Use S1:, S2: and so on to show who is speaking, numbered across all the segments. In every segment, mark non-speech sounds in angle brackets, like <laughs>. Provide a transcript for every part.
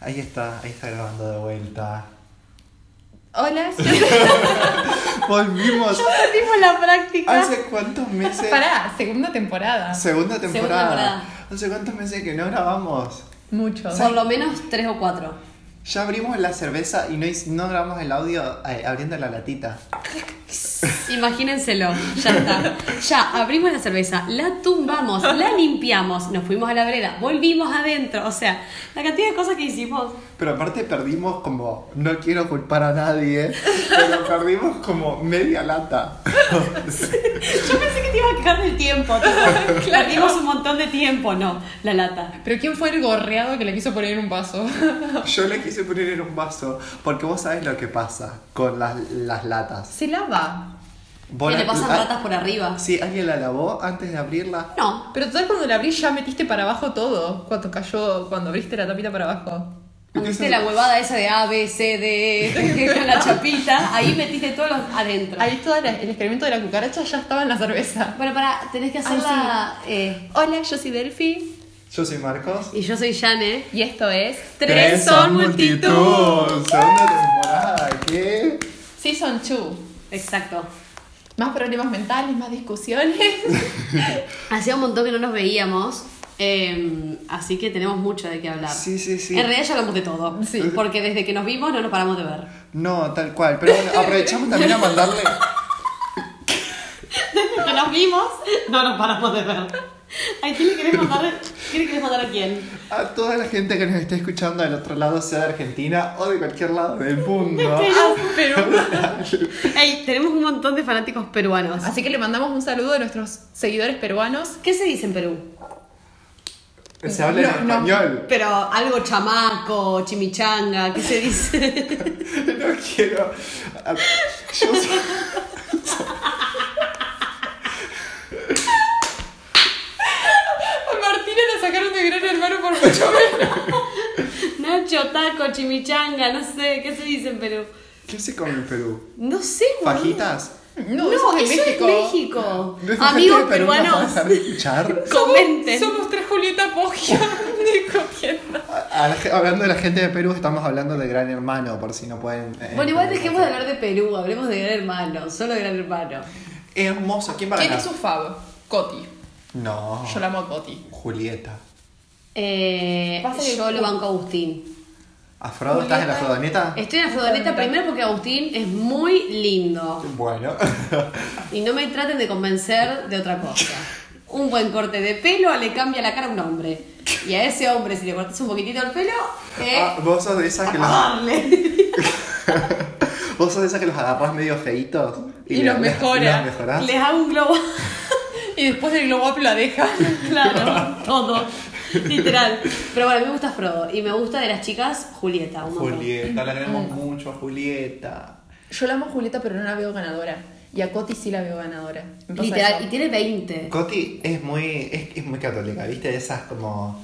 S1: Ahí está, ahí está grabando de vuelta.
S2: Hola, ya ya
S1: <laughs> Volvimos.
S2: perdimos la
S3: Ah,
S2: práctica.
S1: ¿Hace cuántos meses?
S2: Pará, segunda temporada.
S1: Segunda temporada.
S3: temporada.
S1: ¿Hace cuántos meses que no grabamos?
S2: Mucho.
S3: Por lo menos tres o cuatro.
S1: Ya abrimos la cerveza y no, hic- no grabamos el audio eh, abriendo la latita.
S3: Imagínenselo, ya está. Ya abrimos la cerveza, la tumbamos, la limpiamos, nos fuimos a la vereda, volvimos adentro. O sea, la cantidad de cosas que hicimos.
S1: Pero aparte perdimos como, no quiero culpar a nadie, <laughs> pero perdimos como media lata.
S3: Yo pensé que te ibas a quejar del tiempo. <laughs> tipo, Perdimos un montón de tiempo, no, la lata.
S2: Pero ¿quién fue el gorreado que le quiso poner en un vaso? <laughs>
S1: Yo la quise poner en un vaso porque vos sabés lo que pasa con las, las latas.
S2: Se lava.
S1: Vos
S3: Que le
S1: la-
S3: pasan
S1: ah,
S3: ratas por arriba.
S1: Sí, alguien la lavó antes de abrirla.
S3: No,
S2: Pero total cuando la abrí ya metiste para abajo todo. Cuando cayó, cuando abriste la tapita para abajo.
S3: metiste la huevada esa de A, B, C, D, E, con la chapita, ahí metiste todos los adentro.
S2: Ahí todo el excremento de la cucaracha ya estaba en la cerveza.
S3: Bueno, para, tenés que hacerla. eh,
S2: Hola, yo soy Delphi
S1: Yo soy Marcos.
S3: y yo soy Jane.
S2: y esto es
S3: Tres son multitud.
S1: Segunda temporada, ¿qué?
S2: Season 2.
S3: Exacto.
S2: Más problemas mentales, más discusiones. <laughs>
S3: Hacía un montón que no nos veíamos, eh, así que tenemos mucho de qué hablar.
S1: Sí, sí, sí.
S3: En realidad ya hablamos de todo,
S2: Sí.
S3: porque desde que nos vimos no nos paramos de ver. <laughs>
S1: No, tal cual. Pero bueno, aprovechamos también a mandarle.
S3: Desde que nos vimos no nos paramos de ver. ¿A quién le querés mandar, quién le querés mandar a quién?
S1: A toda la gente que nos está escuchando del otro lado, sea de Argentina o de cualquier lado del
S3: <laughs>
S1: mundo.
S2: Pero...
S3: Este Ey, tenemos un montón de fanáticos peruanos.
S2: Así que le mandamos un saludo a nuestros seguidores peruanos.
S3: ¿Qué se dice en Perú?
S1: <laughs> Se habla en
S2: No, no.
S1: español. <laughs>
S3: Pero algo chamaco, chimichanga, ¿qué se dice? <laughs>
S1: No, quiero. a- Yo soy-
S2: A Martina la sacaron de gran hermano por <laughs> mucho menos.
S3: Nacho, taco, chimichanga, no sé, ¿qué se dice en Perú?
S1: ¿Qué se come en Perú?
S3: No sé, boludo.
S1: ¿Fajitas?
S2: No, eso es de México.
S3: México.
S1: No es gente de
S3: Amigos
S1: Perú, no va a
S3: peruanos,
S1: dejar de escuchar.
S3: comenten.
S2: Somos tres Julieta <laughs> Poggia discutiendo.
S1: A- a la ge- hablando de la gente de Perú, estamos hablando de Gran Hermano, por si no pueden. eh,
S3: Bueno, igual
S1: entender.
S3: dejemos de hablar de Perú, hablemos de Gran Hermano, solo de Gran Hermano.
S1: Hermoso, ¿quién va a
S2: ¿Quién
S1: ganar?
S2: es su fab? Coti.
S1: No.
S2: Yo la amo a Coti.
S1: Julieta.
S3: Eh,
S2: Pasa que-
S3: yo lo banco a Agustín.
S1: ¿Afrodo? ¿Estás en la Afrodoneta?
S3: Estoy en Afrodoneta primero porque Agustín es muy lindo
S1: Bueno.
S3: y no me traten de convencer de otra cosa. Un buen corte de pelo le cambia la cara a un hombre. Y a ese hombre, si le cortas un poquitito el pelo, eh, Ah.
S1: Ah, vos sos de esas que los.
S3: darle.
S1: <laughs> Vos sos de esas que los agarrás medio feitos.
S2: Y los mejora.
S1: Los mejorás.
S3: Les hago un
S2: <laughs>
S3: globo. <laughs>
S2: Y después del glow up la deja.
S3: Claro, todo. Literal. Pero bueno, a mí me gusta Frodo. Y me gusta de las chicas Julieta. un montón.
S1: Julieta, la queremos mucho, Julieta.
S2: Yo la amo a Julieta, pero no la veo ganadora. Y a Coti sí la veo ganadora. Me pasa
S3: Literal.
S2: eso.
S3: Y tiene 20.
S1: Coti es muy, es, es muy católica, ¿viste? De esas como.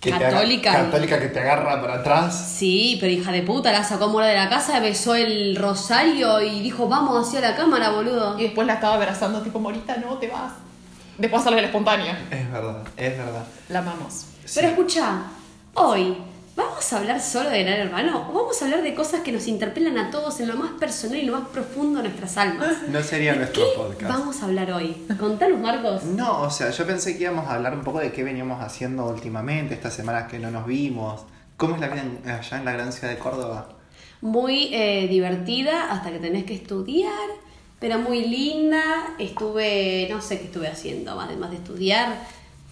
S1: te aga-
S3: Católica.
S1: católica que te agarra para atrás.
S3: Sí, pero hija de puta, la sacó muera de la casa, besó el rosario y dijo, vamos hacia la cámara, boludo.
S2: Y después la acaba abrazando, tipo, Morita, no te vas. Después sale de la espontánea.
S1: Es verdad, es verdad.
S2: La amamos.
S1: Sí.
S3: Pero escucha, hoy, ¿vamos a hablar solo de Gran Hermano? ¿O vamos a hablar de cosas que nos interpelan a todos en lo más personal y lo más profundo de nuestras almas?
S1: No sería nuestro
S3: ¿Qué
S1: podcast.
S3: vamos a hablar hoy? Contanos, Marcos.
S1: No, o sea, yo pensé que íbamos a hablar un poco de qué veníamos haciendo últimamente, estas semanas que no nos vimos. ¿Cómo es la vida en- allá en la gran ciudad de Córdoba?
S3: Muy eh, divertida hasta que tenés que estudiar, pero muy linda. Estuve, no sé qué estuve haciendo, además de estudiar,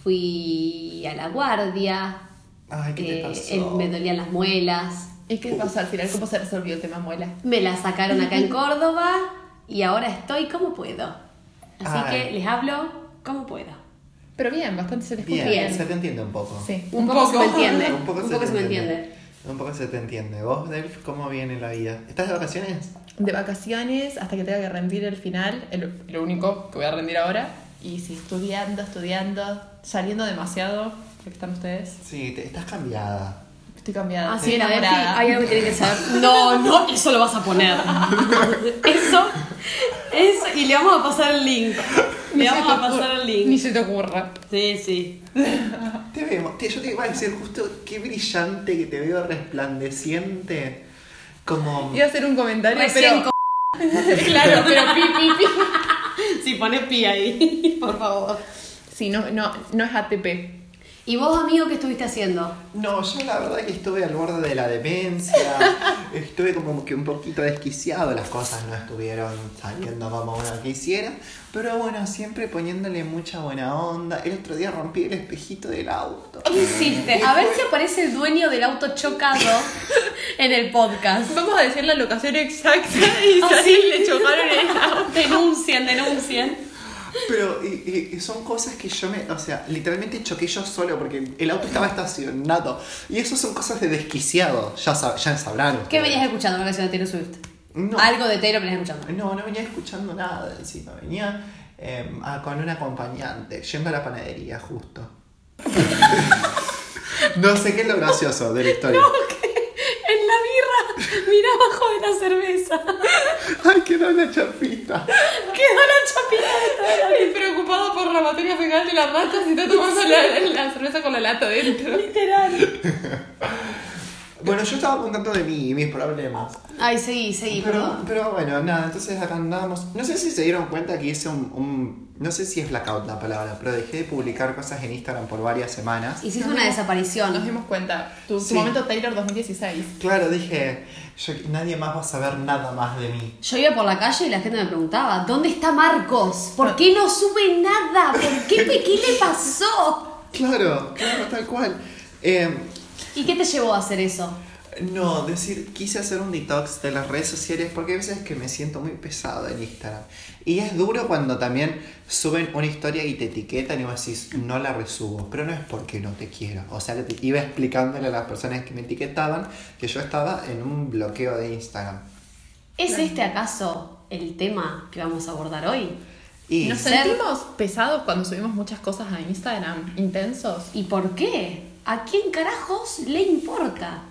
S3: fui a la guardia.
S1: Ay, ¿qué te
S3: eh,
S1: pasó?
S3: eh, me dolían las muelas.
S2: ¿Y qué pasa al final? ¿Cómo se resolvió el tema muela?
S3: Me la sacaron
S1: <laughs>
S3: acá en Córdoba y ahora estoy como puedo. Así
S1: Ay.
S3: que les hablo como puedo.
S2: Pero bien, bastante se les
S1: Bien,
S3: Bien.
S1: se te entiende un poco.
S2: Sí,
S3: Un poco se me entiende.
S1: <laughs> Un poco,
S3: Un
S1: se,
S3: poco
S1: te
S3: se me
S1: entiende.
S3: entiende.
S1: Un poco se te entiende. ¿Vos, Delph, cómo viene la vida? ¿Estás de vacaciones?
S2: de vacaciones hasta que tenga que rendir el final, el- lo único que voy a rendir ahora. Y sí, estudiando, estudiando, saliendo demasiado, porque están ustedes.
S1: Sí, te- estás cambiada.
S2: Estoy cambiada.
S3: Así que
S2: estoy
S3: Ah, la Delphi,
S2: enamorada. <laughs>
S3: hay algo que tiene que saber. <laughs> No, no, eso lo vas a poner. Eso, eso, y le vamos a pasar el link.
S2: Ni
S3: Le
S2: se
S3: vamos a
S2: te ocurra-
S3: pasar el
S2: Ni
S3: link.
S2: se te ocurra.
S3: Sí, sí.
S1: Te vemos. Te- Yo te iba a decir justo qué brillante que te veo resplandeciente. Como.
S2: Iba a hacer un comentario,
S3: Recién
S2: <laughs> pero.
S3: Claro, pero pi, pi, <laughs> pi. Si pones pi ahí, por favor.
S2: Sí, no, no, no es ATP.
S3: ¿Y vos, amigo, qué estuviste haciendo?
S1: No, yo la verdad que estuve al borde de la demencia. estuve como que un poquito desquiciado. Las cosas no estuvieron saliendo como uno quisiera. Pero bueno, siempre poniéndole mucha buena onda. El otro día rompí el espejito del auto.
S3: ¿Qué hiciste? A ver si aparece el dueño del auto chocado en el <laughs> podcast.
S2: Vamos a decir la locación exacta <laughs> y
S3: Ah,
S2: si a
S3: sí.
S2: alguien le chocaron el auto.
S3: Denuncien, denuncien.
S1: Pero y- y- y son cosas que yo me. O sea, literalmente choqué yo solo porque el auto estaba estacionado. Y eso son cosas de desquiciado. Ya, sab- ya sabrán.
S3: ¿Qué
S1: ustedes.
S3: venías escuchando con la canción de Taylor Swift?
S1: No.
S3: Algo de Taylor venías escuchando.
S1: No, no venía escuchando nada encima. Venía eh, a- con un acompañante, yendo a la panadería, justo. <laughs> no sé qué es lo gracioso de la historia.
S3: En la birra, mira abajo de la cerveza.
S1: Ay, quedó una chapita.
S3: Quedó la chapita de Taylor.
S2: preocupado por la materia fecal de las ratas y está tomando la, la cerveza con la lata dentro.
S3: Literal.
S1: Bueno, yo estaba contando de mí y mis problemas.
S3: Ay, seguí, seguí,
S1: Pero,
S3: perdón.
S1: pero bueno, nada, entonces acá andábamos. No sé si se dieron cuenta que hice un, un- No sé si es blackout la palabra, pero dejé de publicar cosas en Instagram por varias semanas.
S3: Hiciste una desaparición.
S2: Nos dimos cuenta. Tu, tu
S1: Sí.
S2: momento Taylor 2016.
S1: Claro, dije, yo- nadie más va a saber nada más de mí.
S3: Yo iba por la calle y la gente me preguntaba, ¿dónde está Marcos? ¿Por qué no sube nada? ¿Por qué, qué le pasó?
S1: Claro, claro, tal cual. Eh,
S3: ¿Y qué te llevó a hacer eso?
S1: no, decir, quise hacer un detox de las redes sociales porque hay veces que me siento muy pesado en Instagram. Y es duro cuando también suben una historia y te etiquetan y vos decís, no la resubo, pero no es porque no te quiero. O sea, que te iba explicándole a las personas que me etiquetaban que yo estaba en un bloqueo de Instagram.
S3: ¿Es este acaso el tema que vamos a abordar hoy?
S1: Y
S2: Nos
S3: ser-
S2: sentimos pesados cuando subimos muchas cosas a Instagram, intensos.
S3: ¿Y por qué? ¿A quién carajos le importa?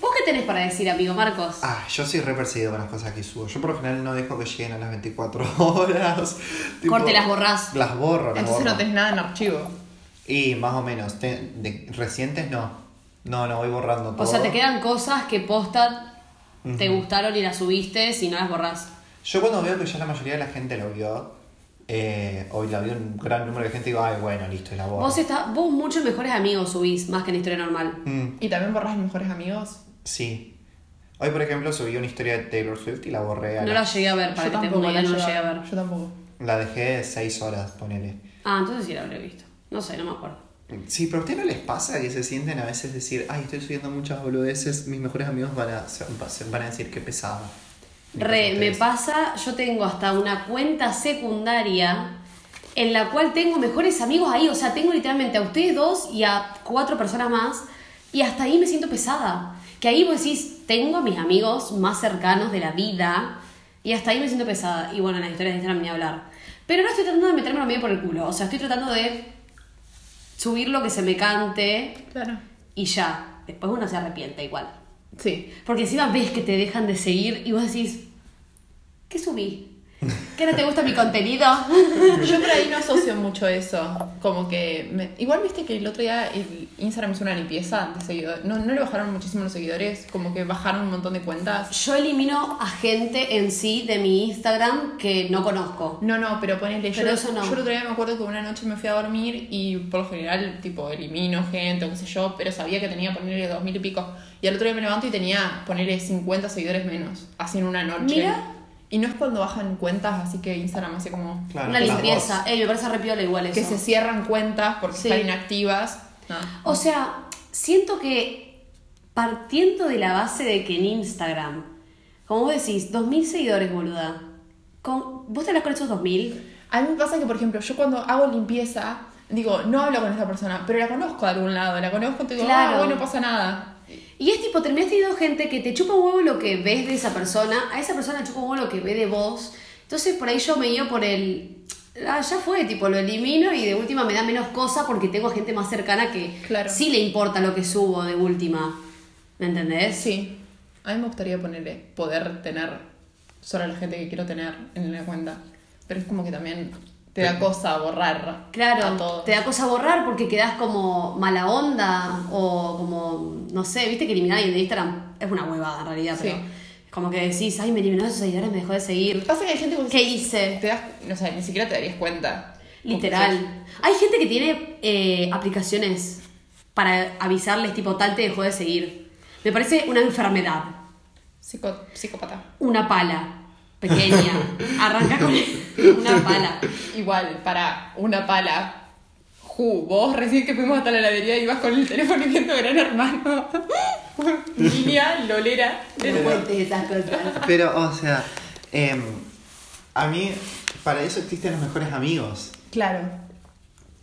S3: ¿Vos qué tenés para decir, amigo Marcos?
S1: Ah, yo soy re perseguido con las cosas que subo. Yo por lo general no dejo que lleguen a las 24 <laughs> horas. Tipo,
S3: Corte, las borrás.
S1: Las borro, las
S2: Entonces
S1: borro.
S2: no tenés nada en archivo.
S1: Y más o menos, te- de- recientes no. No, no, voy borrando todo.
S3: O sea, te quedan cosas que posta te gustaron y las subiste si no las borrás.
S1: Yo cuando veo que ya la mayoría de la gente lo vio, eh, hoy la vio un gran número de gente, digo, ay, bueno, listo, y la borro.
S3: Vos, está, vos muchos mejores amigos subís más que en historia normal.
S1: Mm,
S2: Y también borras los mejores amigos.
S1: sí. Hoy, por ejemplo, subí una historia de Taylor Swift y la borré. a
S3: No
S1: la,
S3: la llegué a ver, para que te ponga,
S2: la
S3: no la
S2: llegué
S3: llegué
S2: a
S3: a ver.
S2: Yo tampoco.
S1: la dejé 6 horas, ponele.
S3: Ah, entonces sí la habré visto. No sé, no me acuerdo.
S1: Sí, pero a ustedes no les pasa que se sienten a veces decir, ay, estoy subiendo muchas boludeces, mis mejores amigos van a, se- se- van a decir que pesado.
S3: Re, me
S1: pasa.
S3: pasa, yo tengo hasta una cuenta secundaria en la cual tengo mejores amigos ahí, o sea, tengo literalmente a ustedes dos y a cuatro personas más, y hasta ahí me siento pesada. Que ahí vos decís, tengo a mis amigos más cercanos de la vida, y hasta ahí me siento pesada. Y bueno, en las historias de Instagram ni hablar. Pero no estoy tratando de meterme lo medio por el culo, o sea, estoy tratando de subir lo que se me cante
S2: Claro.
S3: y ya. Después uno se arrepiente igual.
S2: Sí.
S3: Porque encima ves que te dejan de seguir y vos decís, ¿qué subí? ¿Qué no te gusta mi contenido?
S2: Yo por ahí no asocio mucho eso. Como que. me- Igual viste que el otro día el Instagram hizo una limpieza de seguidores. No, no le bajaron muchísimo los seguidores. Como que bajaron un montón de cuentas.
S3: <laughs> Yo elimino a gente en sí de mi Instagram que no conozco.
S2: No, no, pero ponele. Yo,
S3: Pero eso no.
S2: yo el otro día me acuerdo que una noche me fui a dormir y por lo general, tipo, elimino gente o qué sé yo, pero sabía que tenía ponerle dos mil y pico. Y al otro día me levanto y tenía ponerle 50 seguidores menos. Así en una noche.
S3: Mira.
S2: Y no es cuando bajan cuentas, así que Instagram hace como.
S1: Claro,
S3: Una
S1: las
S3: limpieza.
S1: dos.
S3: Ey, me parece repiola igual eso.
S2: que se cierran cuentas porque
S3: Sí.
S2: están inactivas. No.
S3: O sea, siento que partiendo de la base de que en Instagram, como vos decís, 2.000 seguidores, boluda. Con, ¿Vos te hablas con esos 2.000?
S2: A mí me pasa que, por ejemplo, yo cuando hago limpieza, digo, no hablo con esta persona, pero la conozco de algún lado, la conozco y te digo,
S3: Claro.
S2: ah, bueno, pasa nada.
S3: Y es tipo, terminás teniendo gente que te chupa un huevo lo que ves de esa persona, a esa persona le chupa un huevo lo que ve de vos. Entonces por ahí yo me guío por el. Ah, ya fue, tipo, lo elimino y de última me da menos cosa porque tengo gente más cercana que
S2: Claro.
S3: sí le importa lo que subo de última. ¿Me entendés?
S2: Sí, a mí me gustaría ponerle, poder tener solo a la gente que quiero tener en la cuenta, pero es como que también Te da cosa borrar. a
S3: Claro,
S2: todos.
S3: te da cosa borrar porque quedás como mala onda o como, no sé, viste que eliminar a alguien de Instagram es una huevada en realidad,
S2: Sí.
S3: pero como que decís, ay, me eliminó de sus seguidores, me dejó de seguir.
S2: Pasa que hay gente que
S3: ¿Qué hice?
S2: te das, no sé, ni siquiera te darías cuenta.
S3: Literal. Hay gente que tiene eh, aplicaciones para avisarles, tipo, tal te dejó de seguir. Me parece una enfermedad,
S2: Psico- psicópata.
S3: una pala
S2: <laughs>
S3: pequeña. Arranca con una pala.
S2: Igual, para una pala. Ju, vos recién que fuimos hasta la heladería ibas con el teléfono viendo Gran Hermano. <laughs> Línea, lolera.
S3: No cuentes esas cosas.
S1: Pero, o sea, em, a mí, para eso existen los mejores amigos.
S2: Claro.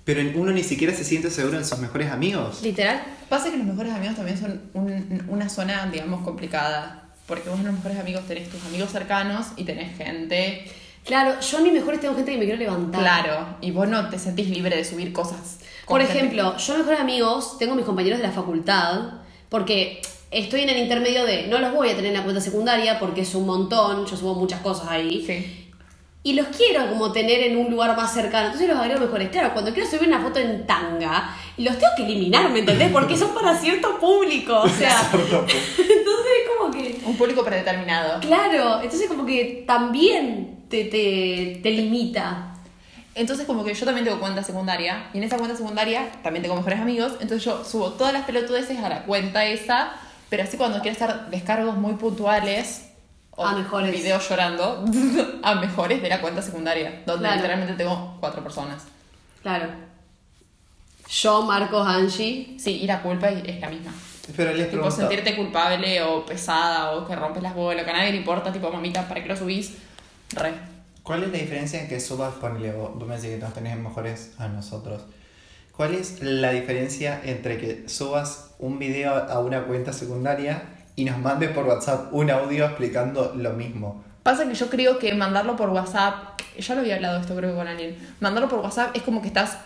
S1: Pero uno ni siquiera se siente seguro en sus mejores amigos.
S3: Literal.
S2: Pasa que los mejores amigos también son un- una zona, digamos, complicada. Porque vos en los mejores amigos tenés tus amigos cercanos y tenés gente.
S3: Claro, yo ni mejores tengo gente que me quiero levantar.
S2: Claro. Y vos no te sentís libre de subir cosas. con
S3: Por
S2: gente.
S3: ejemplo, yo mejores amigos tengo mis compañeros de la facultad, porque estoy en el intermedio de no los voy a tener en la cuenta secundaria porque es un montón, yo subo muchas cosas ahí.
S2: Sí.
S3: Y los quiero como tener en un lugar más cercano, entonces los agrego mejores. Claro, cuando quiero subir una foto en tanga, los tengo que eliminar, ¿me entendés? Porque son para cierto público, o sea. <laughs> entonces como que.
S2: Un público predeterminado.
S3: Claro, entonces como que también te, te, te limita.
S2: Entonces como que yo también tengo cuenta secundaria y en esa cuenta secundaria también tengo mejores amigos, entonces yo subo todas las pelotudeces a la cuenta esa, pero así cuando quiero hacer descargos muy puntuales o
S3: A mejores.
S2: videos llorando <laughs> a mejores de la cuenta secundaria, donde
S3: Claro.
S2: literalmente tengo cuatro personas.
S3: Claro. Yo, Marcos, Angie.
S2: Sí, y la culpa es la misma.
S1: Pero les
S2: Tipo,
S1: pregunto,
S2: sentirte culpable o pesada o que rompes las bolas, que a nadie le importa, tipo, mamita, ¿para qué lo subís? Re.
S1: ¿cuál es la diferencia en que subas, ponele, vos vos me decís que nos tenés mejores a nosotros? ¿Cuál es la diferencia entre que subas un video a una cuenta secundaria y nos mandes por WhatsApp un audio explicando lo mismo?
S2: Pasa que yo creo que mandarlo por WhatsApp, ya lo había hablado esto creo que con alguien, mandarlo por WhatsApp es como que estás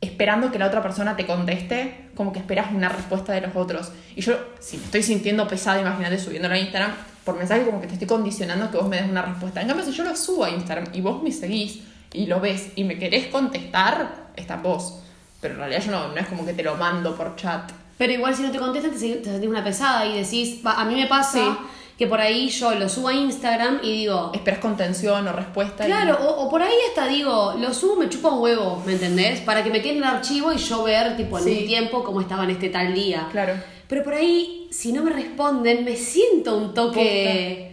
S2: esperando que la otra persona te conteste, como que esperas una respuesta de los otros. Y yo, si me estoy sintiendo pesada, imagínate subiéndolo a Instagram, por mensaje como que te estoy condicionando que vos me des una respuesta. En cambio, si yo lo subo a Instagram y vos me seguís y lo ves y me querés contestar, está en vos. Pero en realidad yo no, no es como que te lo mando por chat.
S3: Pero igual si no te contestan te se- te sentís una pesada y decís, "Va, a mí me pasa
S2: Sí.
S3: que por ahí yo lo subo a Instagram y digo,
S2: Esperas contención o respuesta. y-
S3: claro, o, o por ahí hasta digo, lo subo, me chupa un huevo, ¿me entendés? Para que me quede en el archivo y yo ver tipo en
S2: Sí.
S3: un tiempo cómo estaba en este tal día.
S2: Claro.
S3: Pero por ahí, si no me responden, me siento un toque...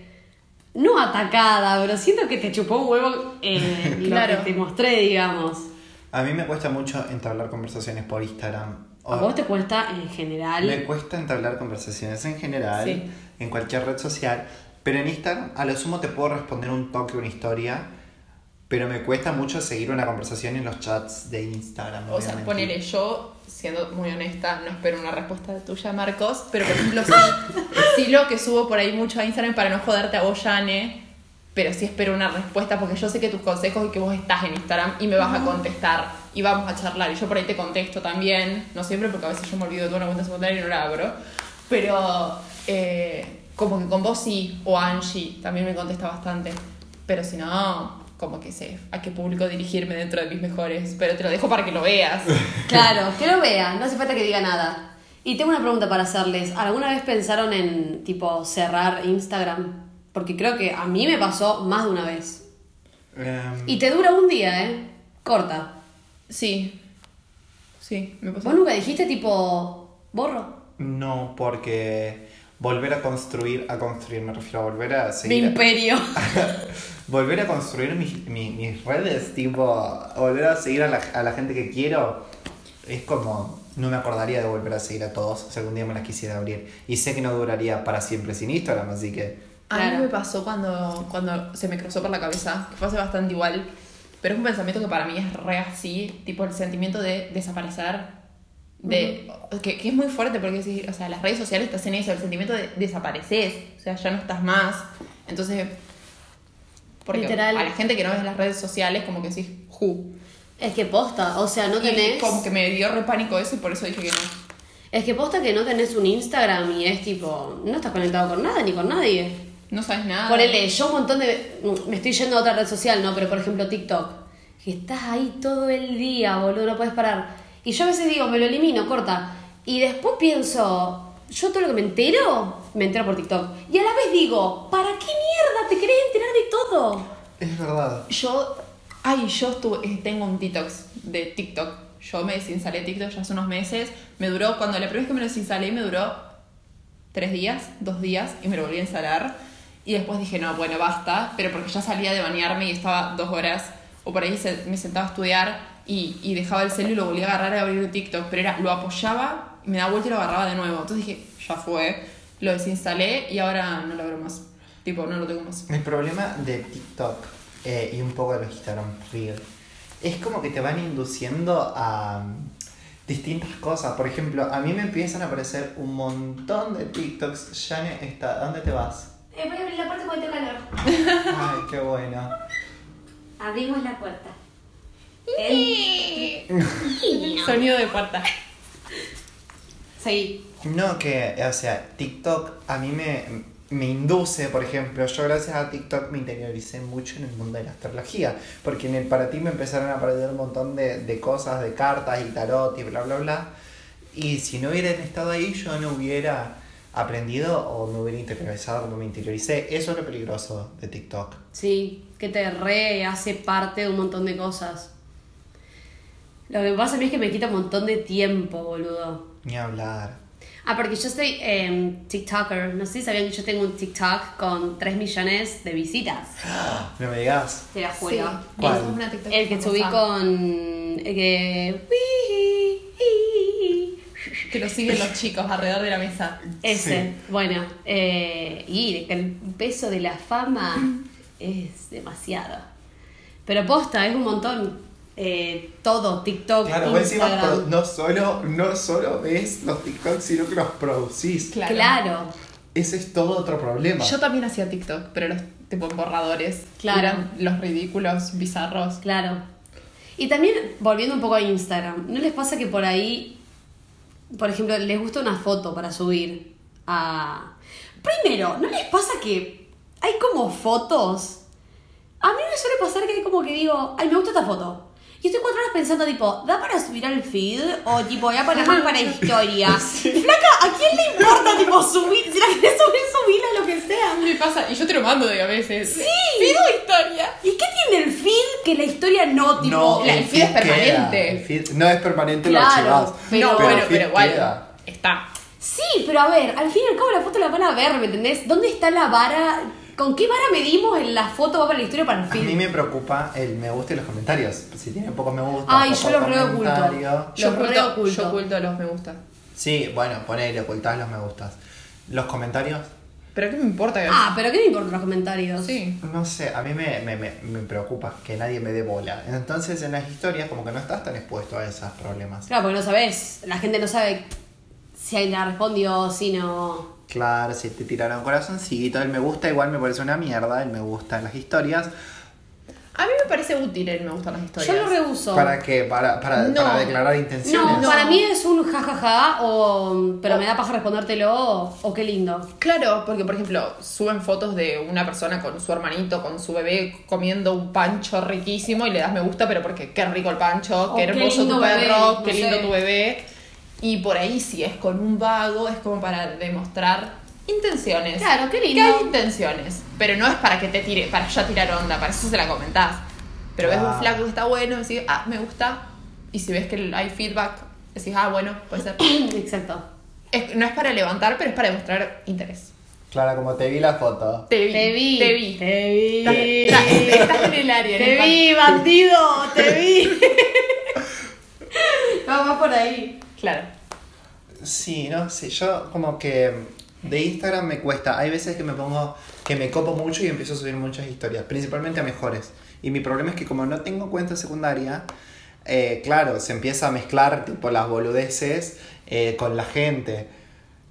S3: No atacada, pero siento que te chupó un huevo eh,
S2: Claro.
S3: lo que te mostré, digamos.
S1: A mí me cuesta mucho entablar conversaciones por Instagram.
S3: A
S1: O-
S3: vos te cuesta en general.
S1: Me cuesta entablar conversaciones en general,
S2: Sí.
S1: en cualquier red social, pero en Instagram a lo sumo te puedo responder un toque, una historia, pero me cuesta mucho seguir una conversación en los chats de Instagram. no
S2: O
S1: voy a
S2: sea,
S1: mentir.
S2: ponele yo, siendo muy honesta, no espero una respuesta tuya, Marcos, pero por ejemplo, sí, sí lo que subo por ahí mucho a Instagram para no joderte a vos, Yane, pero sí espero una respuesta porque yo sé que tus consejos y que vos estás en Instagram y me vas a contestar y vamos a charlar. Y yo por ahí te contesto también, no siempre porque a veces yo me olvido de toda una cuenta secundaria y no la abro, pero eh, como que con vos sí, o Angie también me contesta bastante, pero si no. Como que sé a qué público dirigirme dentro de mis mejores, pero te lo dejo para que lo veas.
S3: <laughs> Claro, que lo vea, no hace falta que diga nada. Y tengo una pregunta para hacerles. ¿Alguna vez pensaron en, tipo, cerrar Instagram? Porque creo que a mí me pasó más de una vez.
S1: Em,
S3: Y te dura un día, ¿eh? Corta.
S2: Sí. Sí, me pasó.
S3: ¿Vos nunca dijiste, tipo, borro?
S1: No, porque volver a construir, a construir, me refiero a volver a
S3: Mi
S1: seguir.
S3: imperio.
S1: <laughs> volver a construir mis, mi- mis redes, tipo, volver a seguir a la, a la gente que quiero, es como, no me acordaría de volver a seguir a todos si algún día me las quisiera abrir. Y sé que no duraría para siempre sin Instagram, así que...
S2: A mí
S3: Claro.
S2: me pasó cuando, cuando se me cruzó por la cabeza, que fue hace bastante igual, pero es un pensamiento que para mí es re así, tipo el sentimiento de desaparecer. De, que, que es muy fuerte porque decís, o sea, las redes sociales te hacen eso, el sentimiento de desapareces, o sea, ya no estás más. Entonces, porque
S3: Literal.
S2: a la gente que no ves las redes sociales, como que decís, ju.
S3: Es que posta, o sea, no
S2: Y
S3: tenés...
S2: como que me dio re pánico eso y por eso dije que no.
S3: Es que posta que no tenés un Instagram y es tipo, no estás conectado con nada ni con nadie.
S2: No sabes nada.
S3: Ponele, yo un montón de. Me estoy yendo a otra red social, ¿no? Pero por ejemplo, TikTok. que estás ahí todo el día, boludo, no puedes parar. Y yo a veces digo, me lo elimino, corta. Y después pienso, yo todo lo que me entero, me entero por TikTok. Y a la vez digo, ¿para qué mierda te querés enterar de todo?
S1: Es verdad.
S2: Yo, ay, yo estuve, eh, tengo un detox de TikTok. Yo me desinstalé TikTok ya hace unos meses. Me duró, cuando la primera vez que me lo desinstalé, me duró tres días, dos días, y me lo volví a instalar. Y después dije, no, bueno, basta. Pero porque ya salía de bañarme y estaba dos horas, o por ahí se- me sentaba a estudiar y, y dejaba el celular y lo volvía a agarrar y abrir un TikTok. Pero era, lo apoyaba, y me daba vuelta y lo agarraba de nuevo. Entonces dije, ya fue. Lo desinstalé y ahora no lo abro más. Tipo, no lo tengo más.
S1: Mi problema de TikTok eh, y un poco de los Instagram Reel es como que te van induciendo a mm, distintas cosas. Por ejemplo, a mí me empiezan a aparecer un montón de TikToks. Jane, está, ¿dónde te vas?
S3: Eh, voy a abrir la puerta porque tengo calor.
S1: Ay, qué bueno.
S3: Abrimos la puerta.
S2: Sonido de puerta.
S3: Seguí.
S1: No, que, o sea, TikTok a mí me, me induce, por ejemplo, yo gracias a TikTok me interiorizé mucho en el mundo de la astrología, porque en el para ti me empezaron a aparecer un montón de, de cosas, de cartas y tarot y bla, bla, bla. Y si no hubieran estado ahí, yo no hubiera aprendido o me hubiera interiorizado como me interioricé. Eso es lo peligroso de TikTok.
S3: Sí, que te re hace parte de un montón de cosas. Lo que pasa a mí es que me quita un montón de tiempo, boludo.
S1: Ni hablar.
S3: Ah, porque yo soy eh, TikToker. No sé si sabían que yo tengo un TikTok con 3 millones de visitas.
S1: Ah, No me digas.
S3: Te la juro.
S1: ¿Cuál?
S2: Esa es una TikTok
S3: El que
S2: famosa.
S3: subí con. El que.
S2: Que lo siguen los chicos alrededor de la mesa.
S3: Ese. Bueno, eh, y el peso de la fama es demasiado. Pero posta, es un montón. Eh, todo, TikTok,
S1: Claro, vos encima
S3: Instagram.
S1: pro- no solo, no solo ves los TikToks, sino que los producís.
S2: Claro.
S3: Claro.
S1: Ese es todo otro problema.
S2: Yo también hacía TikTok, pero los tipo borradores.
S3: Claro.
S2: Eran los ridículos, bizarros.
S3: Claro. Y también, volviendo un poco a Instagram, ¿no les pasa que por ahí, por ejemplo, les gusta una foto para subir a... Primero, ¿no les pasa que hay como fotos? A mí me suele pasar que hay como que digo, ay, me gusta esta foto. Y estoy cuatro horas pensando, tipo, ¿da para subir al feed? O tipo, ¿da para para historia? Flaca, ¿a quién le importa, tipo, subir? Si la querés subir, subila, lo que sea.
S2: Me pasa, y yo te lo mando de a veces.
S3: Sí.
S2: Pido historia.
S3: ¿Y qué tiene el feed que la historia no, tipo,
S1: No,
S2: la- el feed es
S1: queda,
S2: permanente.
S1: el feed- no es permanente,
S3: Claro,
S1: lo archivás.
S3: pero-
S2: no,
S3: pero
S2: bueno,
S1: el feed
S2: pero igual.
S1: queda.
S2: Está.
S3: Sí, pero a ver, al fin y al cabo la foto la van a ver, ¿me entendés? ¿Dónde está la vara? ¿Con qué vara medimos en la foto va para la historia o para el
S1: A mí
S3: film?
S1: me preocupa el me gusta y los comentarios. Si tiene pocos me gusta.
S3: Ay, yo los re
S1: veo
S3: oculto. Yo re oculto.
S2: Yo oculto los me gusta.
S1: Sí, bueno, ponele, ocultás los me gustas. Los comentarios,
S2: Pero ¿qué me importa?
S3: Ah, pero ¿qué me importan los comentarios?
S2: Sí.
S1: no sé, a mí me, me, me- me preocupa que nadie me dé bola. Entonces en las historias como que no estás tan expuesto a esos problemas.
S3: Claro, porque no sabes, la gente no sabe si alguien la respondió o si no.
S1: Claro, si te tiraron corazoncito, el me gusta igual me parece una mierda, el me gusta en las historias.
S2: A mí me parece útil el me gustan las
S3: Yo
S2: historias.
S3: lo reuso.
S1: ¿Para qué? ¿Para, para,
S2: No.
S1: para declarar
S3: no,
S1: intenciones?
S3: para mí es un jajaja o pero me da paja respondértelo o, o qué lindo.
S2: Claro, porque por ejemplo, suben fotos de una persona con su hermanito, con su bebé, comiendo un pancho riquísimo y le das me gusta, pero porque qué rico el pancho,
S3: O
S2: qué
S3: Oh, qué
S2: hermoso
S3: lindo
S2: tu
S3: bebé,
S2: perro,
S3: no
S2: qué lindo
S3: sé.
S2: tu bebé. Y por ahí si es con un vago, es como para demostrar intenciones.
S3: Claro, qué lindo.
S2: Que hay intenciones, pero no es para que te tire, para ya tirar onda, para eso se la comentás. Pero ves
S1: Claro.
S2: un flaco que está bueno, decís, ah, me gusta. Y si ves que hay feedback, decís, ah, bueno, puede
S3: <coughs>
S2: ser.
S3: Exacto.
S2: Es- no es para levantar, pero es para demostrar interés.
S1: Claro, como te vi la foto.
S2: Te vi.
S3: Te vi.
S2: Te vi.
S3: Te vi.
S2: Estás, estás en el área. en el
S3: Te vi, bandido,
S1: <laughs>
S3: te vi. Vamos por ahí.
S2: parque. Claro.
S1: Sí, no sé, yo como que de Instagram me cuesta. Hay veces que me pongo, que me copo mucho y empiezo a subir muchas historias, principalmente a mejores. Y mi problema es que como no tengo cuenta secundaria, eh, claro, se empieza a mezclar tipo las boludeces eh, con la gente.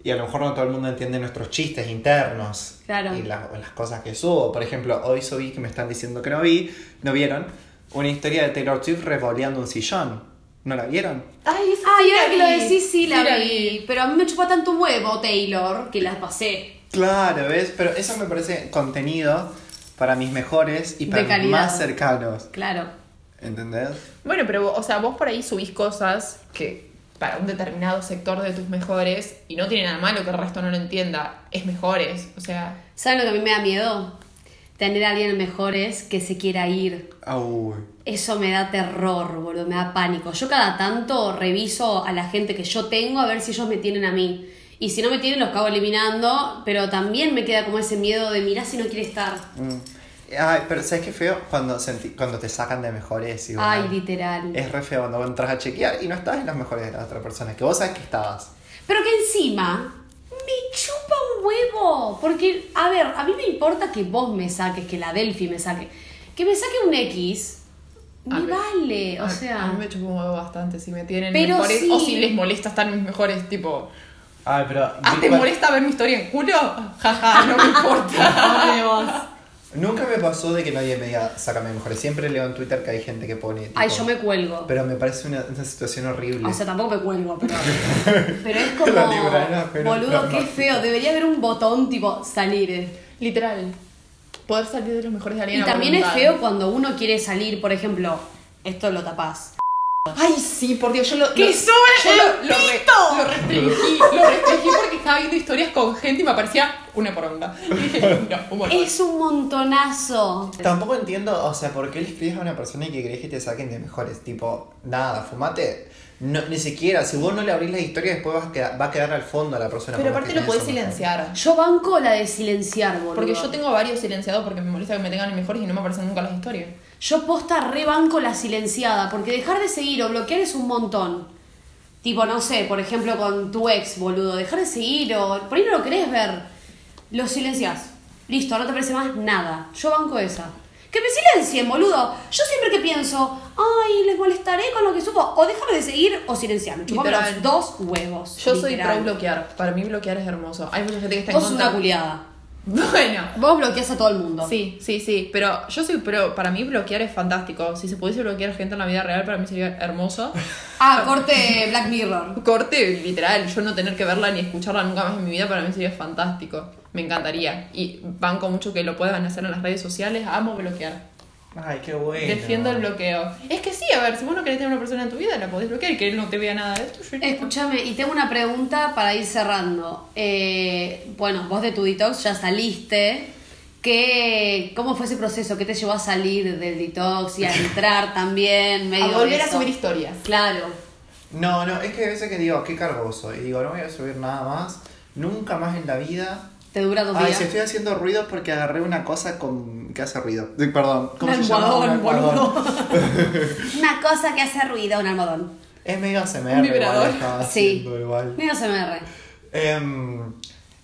S1: Y a lo mejor no todo el mundo entiende nuestros chistes internos
S3: Claro.
S1: y la- las cosas que subo. Por ejemplo, hoy subí que me están diciendo que no vi, no vieron, una historia de Taylor Swift revoleando un sillón. ¿No la vieron?
S2: Ay,
S3: Ah, y ahora que lo decís, sí la
S2: vi.
S3: vi. Pero a mí me chupa tanto un huevo, Taylor, que las pasé.
S1: Claro, ¿ves? Pero eso me parece contenido para mis mejores y
S3: De
S1: para mis
S3: calidad.
S1: más cercanos.
S3: Claro.
S1: ¿Entendés?
S2: Bueno, pero, o sea, vos por ahí subís cosas que para un determinado sector de tus mejores, y no tiene nada malo que el resto no lo entienda, es mejores, o sea...
S3: ¿Saben lo que a mí me da miedo? Tener a alguien en mejores que se quiera ir.
S1: Au.
S3: Eso me da terror, boludo, me da pánico. Yo cada tanto reviso a la gente que yo tengo a ver si ellos me tienen a mí. Y si no me tienen, los acabo eliminando, pero también me queda como ese miedo de mirar si no quiere estar.
S1: Mm. Ay, pero ¿sabes qué feo? Cuando, senti- cuando te sacan de mejores y bueno,
S3: Ay, literal.
S1: Es re feo cuando entras a chequear y no estabas en las mejores de la otra persona, que vos sabes que estabas.
S3: Pero que encima me chupa un huevo. Porque, a ver, a mí me importa que vos me saques, que la Delphi me saque. Que me saque un X,
S2: A
S3: me
S2: mí-
S3: vale. O
S2: a-
S3: sea,
S2: A mí me chupa un huevo bastante si me tienen
S3: Pero
S2: mejores,
S3: sí.
S2: o si les molesta estar mis mejores, tipo...
S1: Ay, pero.
S2: ¿Ah, te molesta ver mi historia en culo? Jaja,
S3: <laughs>
S2: no me importa.
S1: Nunca me pasó de que nadie me diga, sácame de mejores. Siempre leo en Twitter que hay gente que pone. tipo,
S3: ay, yo me cuelgo.
S1: Pero me parece una, una situación horrible.
S3: O sea, tampoco me
S2: <laughs>
S3: cuelgo, pero. Pero es como.
S1: La librana, pero
S3: boludo, qué
S1: dramática.
S3: feo. Debería haber un botón tipo salir.
S2: Literal. Poder salir de los mejores de alguien
S3: Y
S2: a
S3: también es
S2: voluntad.
S3: feo cuando uno quiere salir, por ejemplo, esto lo tapás.
S2: Ay, sí, por Dios, yo lo.
S3: ¡Que
S2: lo-
S3: sube
S2: yo lo,
S3: el
S2: lo re-
S3: pito!
S2: lo restringí, lo restringí porque estaba viendo historias con gente y me aparecía una poronga. Y <laughs> dije, no, humor.
S3: Es un montonazo.
S1: Tampoco entiendo, o sea, por qué le escribes a una persona y que crees que te saquen de mejores. Tipo, nada, fumate. No, ni siquiera, si vos no le abrís la historia, después vas a quedar, va a quedar al fondo a la persona.
S2: Pero
S1: con la
S2: aparte
S1: que tenés
S2: lo podés
S1: un mejor.
S2: silenciar.
S3: Yo banco la de silenciar, boludo.
S2: Porque yo tengo varios silenciados porque me molesta que me tengan en mejores y no me aparecen nunca las historias.
S3: Yo posta rebanco la silenciada, porque dejar de seguir o bloquear es un montón. Tipo, no sé, por ejemplo, con tu ex, boludo. Dejar de seguir o. Por ahí no lo querés ver. Lo silencias. Listo, no te parece más nada. Yo banco esa. Que me silencien, boludo. Yo siempre que pienso, ay, les molestaré con lo que supo. O dejarme de seguir o silenciarme. Chupame
S2: Literal.
S3: los dos huevos.
S2: Yo soy
S3: literal.
S2: pro bloquear. Para mí bloquear es hermoso. Hay mucha gente que está
S3: Vos sos
S2: en
S3: una
S2: contra.
S3: culiada.
S2: Bueno.
S3: Vos bloqueas a todo el mundo.
S2: Sí, sí, sí, pero yo soy pro, para mí bloquear es fantástico. Si se pudiese bloquear gente en la vida real, para mí sería hermoso.
S3: Ah, corte Black Mirror.
S2: corte literal, yo no tener que verla ni escucharla nunca más en mi vida, para mí sería fantástico. Me encantaría. Y banco mucho que lo puedan hacer en las redes sociales. Amo bloquear.
S1: Ay, qué bueno.
S2: Defiendo el bloqueo. Es que sí, a ver, si vos no querés tener una persona en tu vida, la podés bloquear y que él no te vea nada de esto. yo-
S3: Escúchame, y tengo una pregunta para ir cerrando. Eh, bueno, vos de tu detox ya saliste. ¿Qué, ¿Cómo fue ese proceso? ¿Qué te llevó a salir del detox
S2: <laughs>
S3: y a entrar también?
S2: A
S3: Medio
S2: volver
S3: de
S2: a
S3: eso?
S2: subir historias.
S3: Claro.
S1: No, no, es que hay veces que digo, qué cargoso. Y digo, no voy a subir nada más, nunca más en la vida.
S3: ¿Te dura dos
S1: Ay,
S3: días?
S1: si estoy haciendo ruido es porque agarré una cosa con... que hace ruido. Eh, Perdón, ¿cómo
S3: Un
S1: se llama?
S3: almohadón,
S1: Un almohadón.
S3: Una cosa que hace ruido, un almohadón.
S1: Es medio ASMR.
S2: Un
S1: Un
S2: vibrador.
S1: vibrador. Igual, sí.
S3: Sí.
S1: Igual.
S2: <laughs>
S3: Medio CMR.
S1: Em,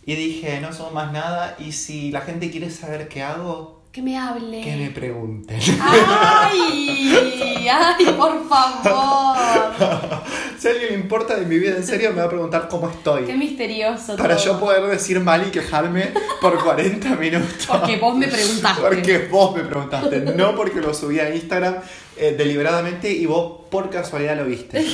S1: y dije, no somos más nada. Y si la gente quiere saber qué hago,
S3: Que me hable.
S1: que me pregunten. <laughs>
S3: ¡Ay! ¡Ay, por
S2: <laughs>
S3: favor!
S1: si a alguien le importa de mi vida en serio, me va a preguntar cómo
S3: Qué
S1: estoy.
S3: misterioso.
S1: Para
S3: todo.
S1: yo poder decir mal y quejarme por 40 minutos.
S3: Porque vos
S1: <laughs>
S3: me preguntaste.
S1: Porque vos me preguntaste, no porque lo subí a Instagram eh, deliberadamente y vos por casualidad lo viste.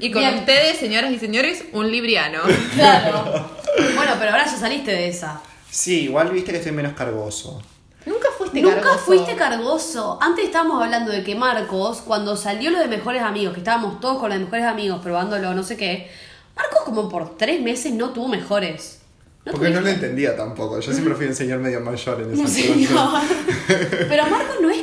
S2: Y con
S3: Bien.
S2: ustedes, señoras y señores, un libriano.
S3: Claro. Bueno, pero ahora ya saliste de esa.
S1: Sí, igual viste que estoy menos cargoso.
S2: Nunca fuiste
S3: Nunca
S2: cargoso.
S3: fuiste cargoso. Antes estábamos hablando de que Marcos, cuando salió lo de Mejores Amigos, que estábamos todos con los de Mejores Amigos probándolo, no sé qué, Marcos como por tres meses no tuvo mejores. No
S1: Porque no lo
S3: tuviste.
S1: entendía tampoco. Yo siempre fui un señor medio mayor en
S3: No,
S1: esa situación.
S3: señor. Pero Marcos no es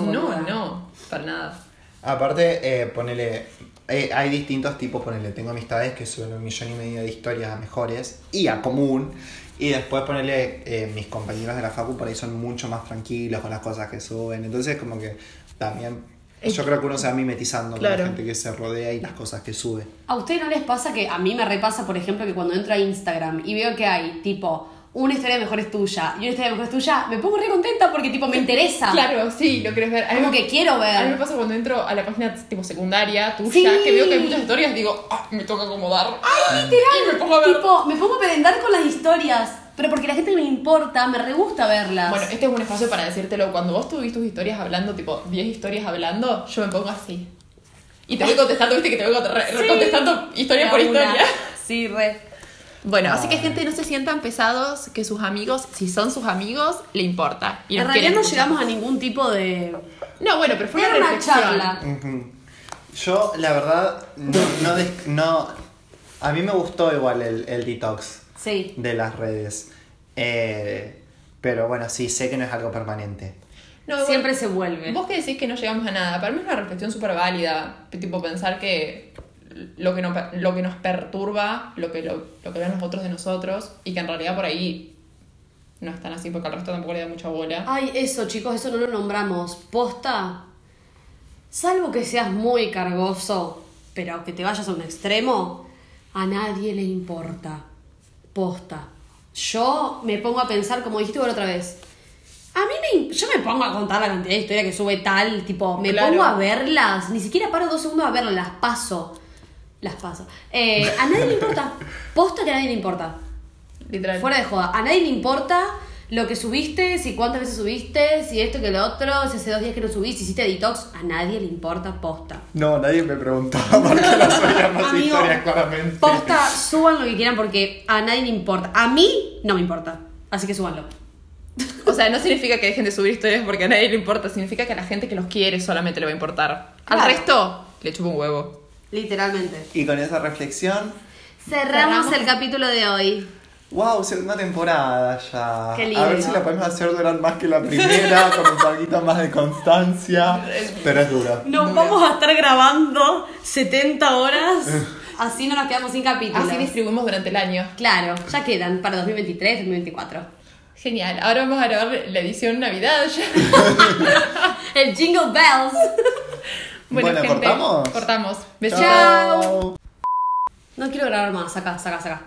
S2: <laughs> No,
S3: boluda.
S2: no, para nada.
S1: Aparte, eh, ponele. eh, hay distintos tipos, ponele. Tengo amistades que suben un millón y medio de historias a mejores y a común. Y después ponele eh, mis compañeros de la Facu por ahí son mucho más tranquilos con las cosas que suben. Entonces, como que también. Yo creo que uno se va mimetizando con
S2: Claro.
S1: la gente que se rodea y las cosas que sube.
S3: ¿A ustedes no les pasa que a mí me repasa, por ejemplo, que cuando entro a Instagram y veo que hay, tipo, una historia de mejores tuya y una historia de mejores tuya, me pongo re contenta porque, tipo, me interesa.
S2: Claro, sí, lo querés ver. A mí
S3: Como
S2: me-
S3: que quiero ver.
S2: A mí me pasa cuando entro a la página tipo secundaria tuya,
S3: Sí.
S2: que veo que hay muchas historias, digo, ah, me toca acomodar. ¡Ay,
S3: Literal,
S2: Y me pongo a ver.
S3: Tipo, me pongo a merendar con las historias. Pero porque la gente me importa, me re gusta verlas.
S2: Bueno, este es un espacio para decírtelo. Cuando vos tuviste tus historias hablando, tipo 10 historias hablando, yo me pongo así. Y te voy contestando, viste que te voy cont- re- re- contestando historia por
S3: Cada una.
S2: historia.
S3: Sí, re.
S2: Bueno, así que gente, no se sientan pesados que sus amigos, si son sus amigos, le importa. Y
S3: En
S2: los
S3: realidad
S2: quieren
S3: no
S2: mucho.
S3: llegamos a ningún tipo de...
S2: No, bueno, pero fue una,
S3: Era una
S2: reflexión.
S3: charla.
S1: Ujú. Yo, la verdad, no, no, des- no- A mí me gustó igual el, el detox
S3: Sí.
S1: de las redes. Eh, pero bueno, sí, sé que no es algo permanente.
S2: No, bueno,
S3: Siempre se vuelve.
S2: Vos que decís que no llegamos a nada, para mí es una reflexión súper válida, tipo pensar que lo que, no, lo que nos perturba, lo que, lo, lo que ven nosotros de nosotros, y que en realidad por ahí no están así, porque al resto tampoco le da mucha bola.
S3: Ay, eso, chicos, eso no lo nombramos. Posta. Salvo que seas muy cargoso, pero que te vayas a un extremo, a nadie le importa. Posta. Yo me pongo a pensar, como dijiste vos la otra vez. A mí me, im- yo me pongo a contar la cantidad de historia que sube tal, tipo, me
S2: Claro.
S3: pongo a verlas, ni siquiera paro dos segundos a verlas, las paso. Las paso. Eh, a nadie le importa. Posta que a nadie le importa.
S2: Literal.
S3: Fuera de joda, a nadie le importa lo que subiste, si cuántas veces subiste, si esto que lo otro, si hace dos días que no subís, si hiciste detox, a nadie le importa posta.
S1: No, nadie me preguntaba <laughs> por qué no subía más
S3: Amigo,
S1: historias, claramente.
S3: Posta, suban lo que quieran porque a nadie le importa. A mí no me importa, así que subanlo.
S2: O sea, no significa que dejen de subir historias porque a nadie le importa, significa que a la gente que los quiere solamente le va a importar.
S3: Claro.
S2: Al resto, le chupa un huevo.
S3: Literalmente.
S1: Y con esa reflexión,
S3: Cerramos
S2: Cerramos.
S3: el capítulo de hoy.
S1: wow, segunda temporada ya.
S3: Qué lindo.
S1: A ver si la podemos hacer durar más que la
S3: <laughs>
S1: primera, con un poquito más de constancia. Pero es duro.
S3: Nos vamos a estar grabando 70 horas,
S1: Eh.
S3: así no nos quedamos sin capítulos.
S2: Así distribuimos durante el año.
S3: Claro, ya quedan para 2023, 2024.
S2: Genial. Ahora vamos a grabar la edición Navidad
S1: <laughs>
S2: ya.
S3: <laughs> El Jingle Bells.
S1: Bueno, ¿cortamos?
S2: Cortamos.
S1: <laughs>
S2: Besitos.
S3: Chao. No quiero grabar más, saca, saca, saca.